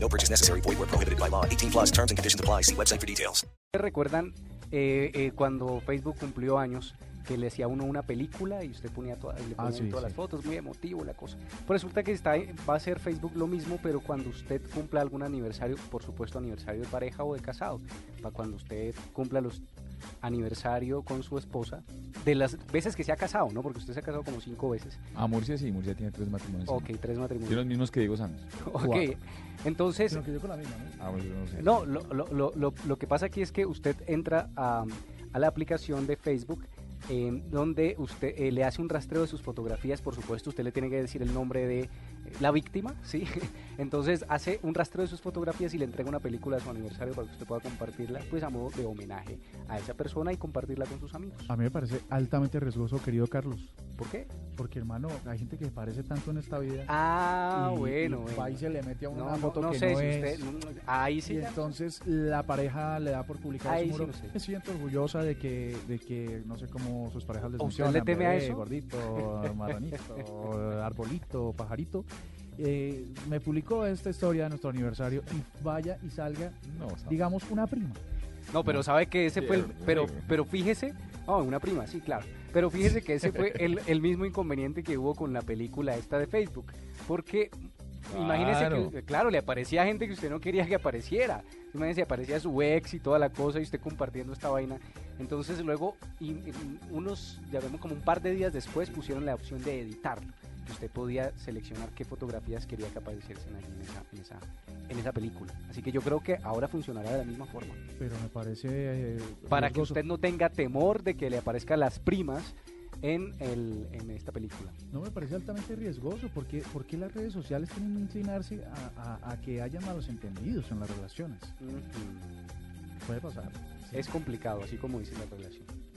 No purchase necessary. Void where prohibited by law. 18 plus terms and conditions apply. See website for details. ¿Recuerdan eh, eh, cuando Facebook cumplió años que le hacía a uno una película y usted ponía, toda- le Ah, ponía sí, todas sí. las fotos, muy emotivo la cosa? Pues resulta que está, va a ser Facebook lo mismo, pero cuando usted cumpla algún aniversario, por supuesto aniversario de pareja o de casado, para cuando usted cumpla los aniversario con su esposa, de las veces que se ha casado, ¿no? Porque usted se ha casado como cinco veces. Ah, Murcia sí, Murcia tiene tres matrimonios. Ok, tres Tiene matrimonios. los mismos que Diego Santos. Ok, entonces... Ah, bueno, yo no sé. No, lo, lo- lo- lo- lo que pasa aquí es que usted entra a, a la aplicación de Facebook eh, donde usted eh, le hace un rastreo de sus fotografías, por supuesto, usted le tiene que decir el nombre de eh, la víctima, ¿sí? Entonces hace un rastreo de sus fotografías y le entrega una película a su aniversario para que usted pueda compartirla, pues a modo de homenaje a esa persona y compartirla con sus amigos. A mí me parece altamente riesgoso, querido Carlos. ¿Por qué? Porque, hermano, Ah, hay gente que se parece tanto en esta vida. Ah, y- bueno, y bueno. va y se le mete a una No, no, foto no que sé no si es. usted... no, no, ahí sí Y ya- entonces la pareja le da por publicar Ahí su sí muro. no sé. Me siento orgullosa de que, de que, no sé cómo sus parejas les ¿A usted funcionan. le teme a bebé, eso? Gordito, marranito, arbolito, pajarito. Eh, me publicó esta historia de nuestro aniversario y vaya y salga, No, Santos. digamos, una prima. No, pero sabe que ese fue el, Dios pero, mío. pero fíjese, ah, una prima, sí, claro. Pero fíjese que ese fue el, el mismo inconveniente que hubo con la película esta de Facebook. Porque imagínese que, claro, le aparecía gente que usted no quería que apareciera. Imagínese, aparecía su ex y toda la cosa y usted compartiendo esta vaina. Entonces luego, y- y unos, ya vemos como un par de días después, pusieron la opción de editarlo. Que usted podía seleccionar qué fotografías quería que apareciesen allí en esa, en esa, en esa película. Así que yo creo que ahora funcionará de la misma forma Pero me parece. eh, para que riesgoso. usted no tenga temor de que le aparezcan las primas en, el, en esta película. No me parece altamente riesgoso, porque ¿por qué las redes sociales tienen que inclinarse a, a- a que haya malos entendidos en las relaciones? Puede pasar. Es complicado, así como dice la relación.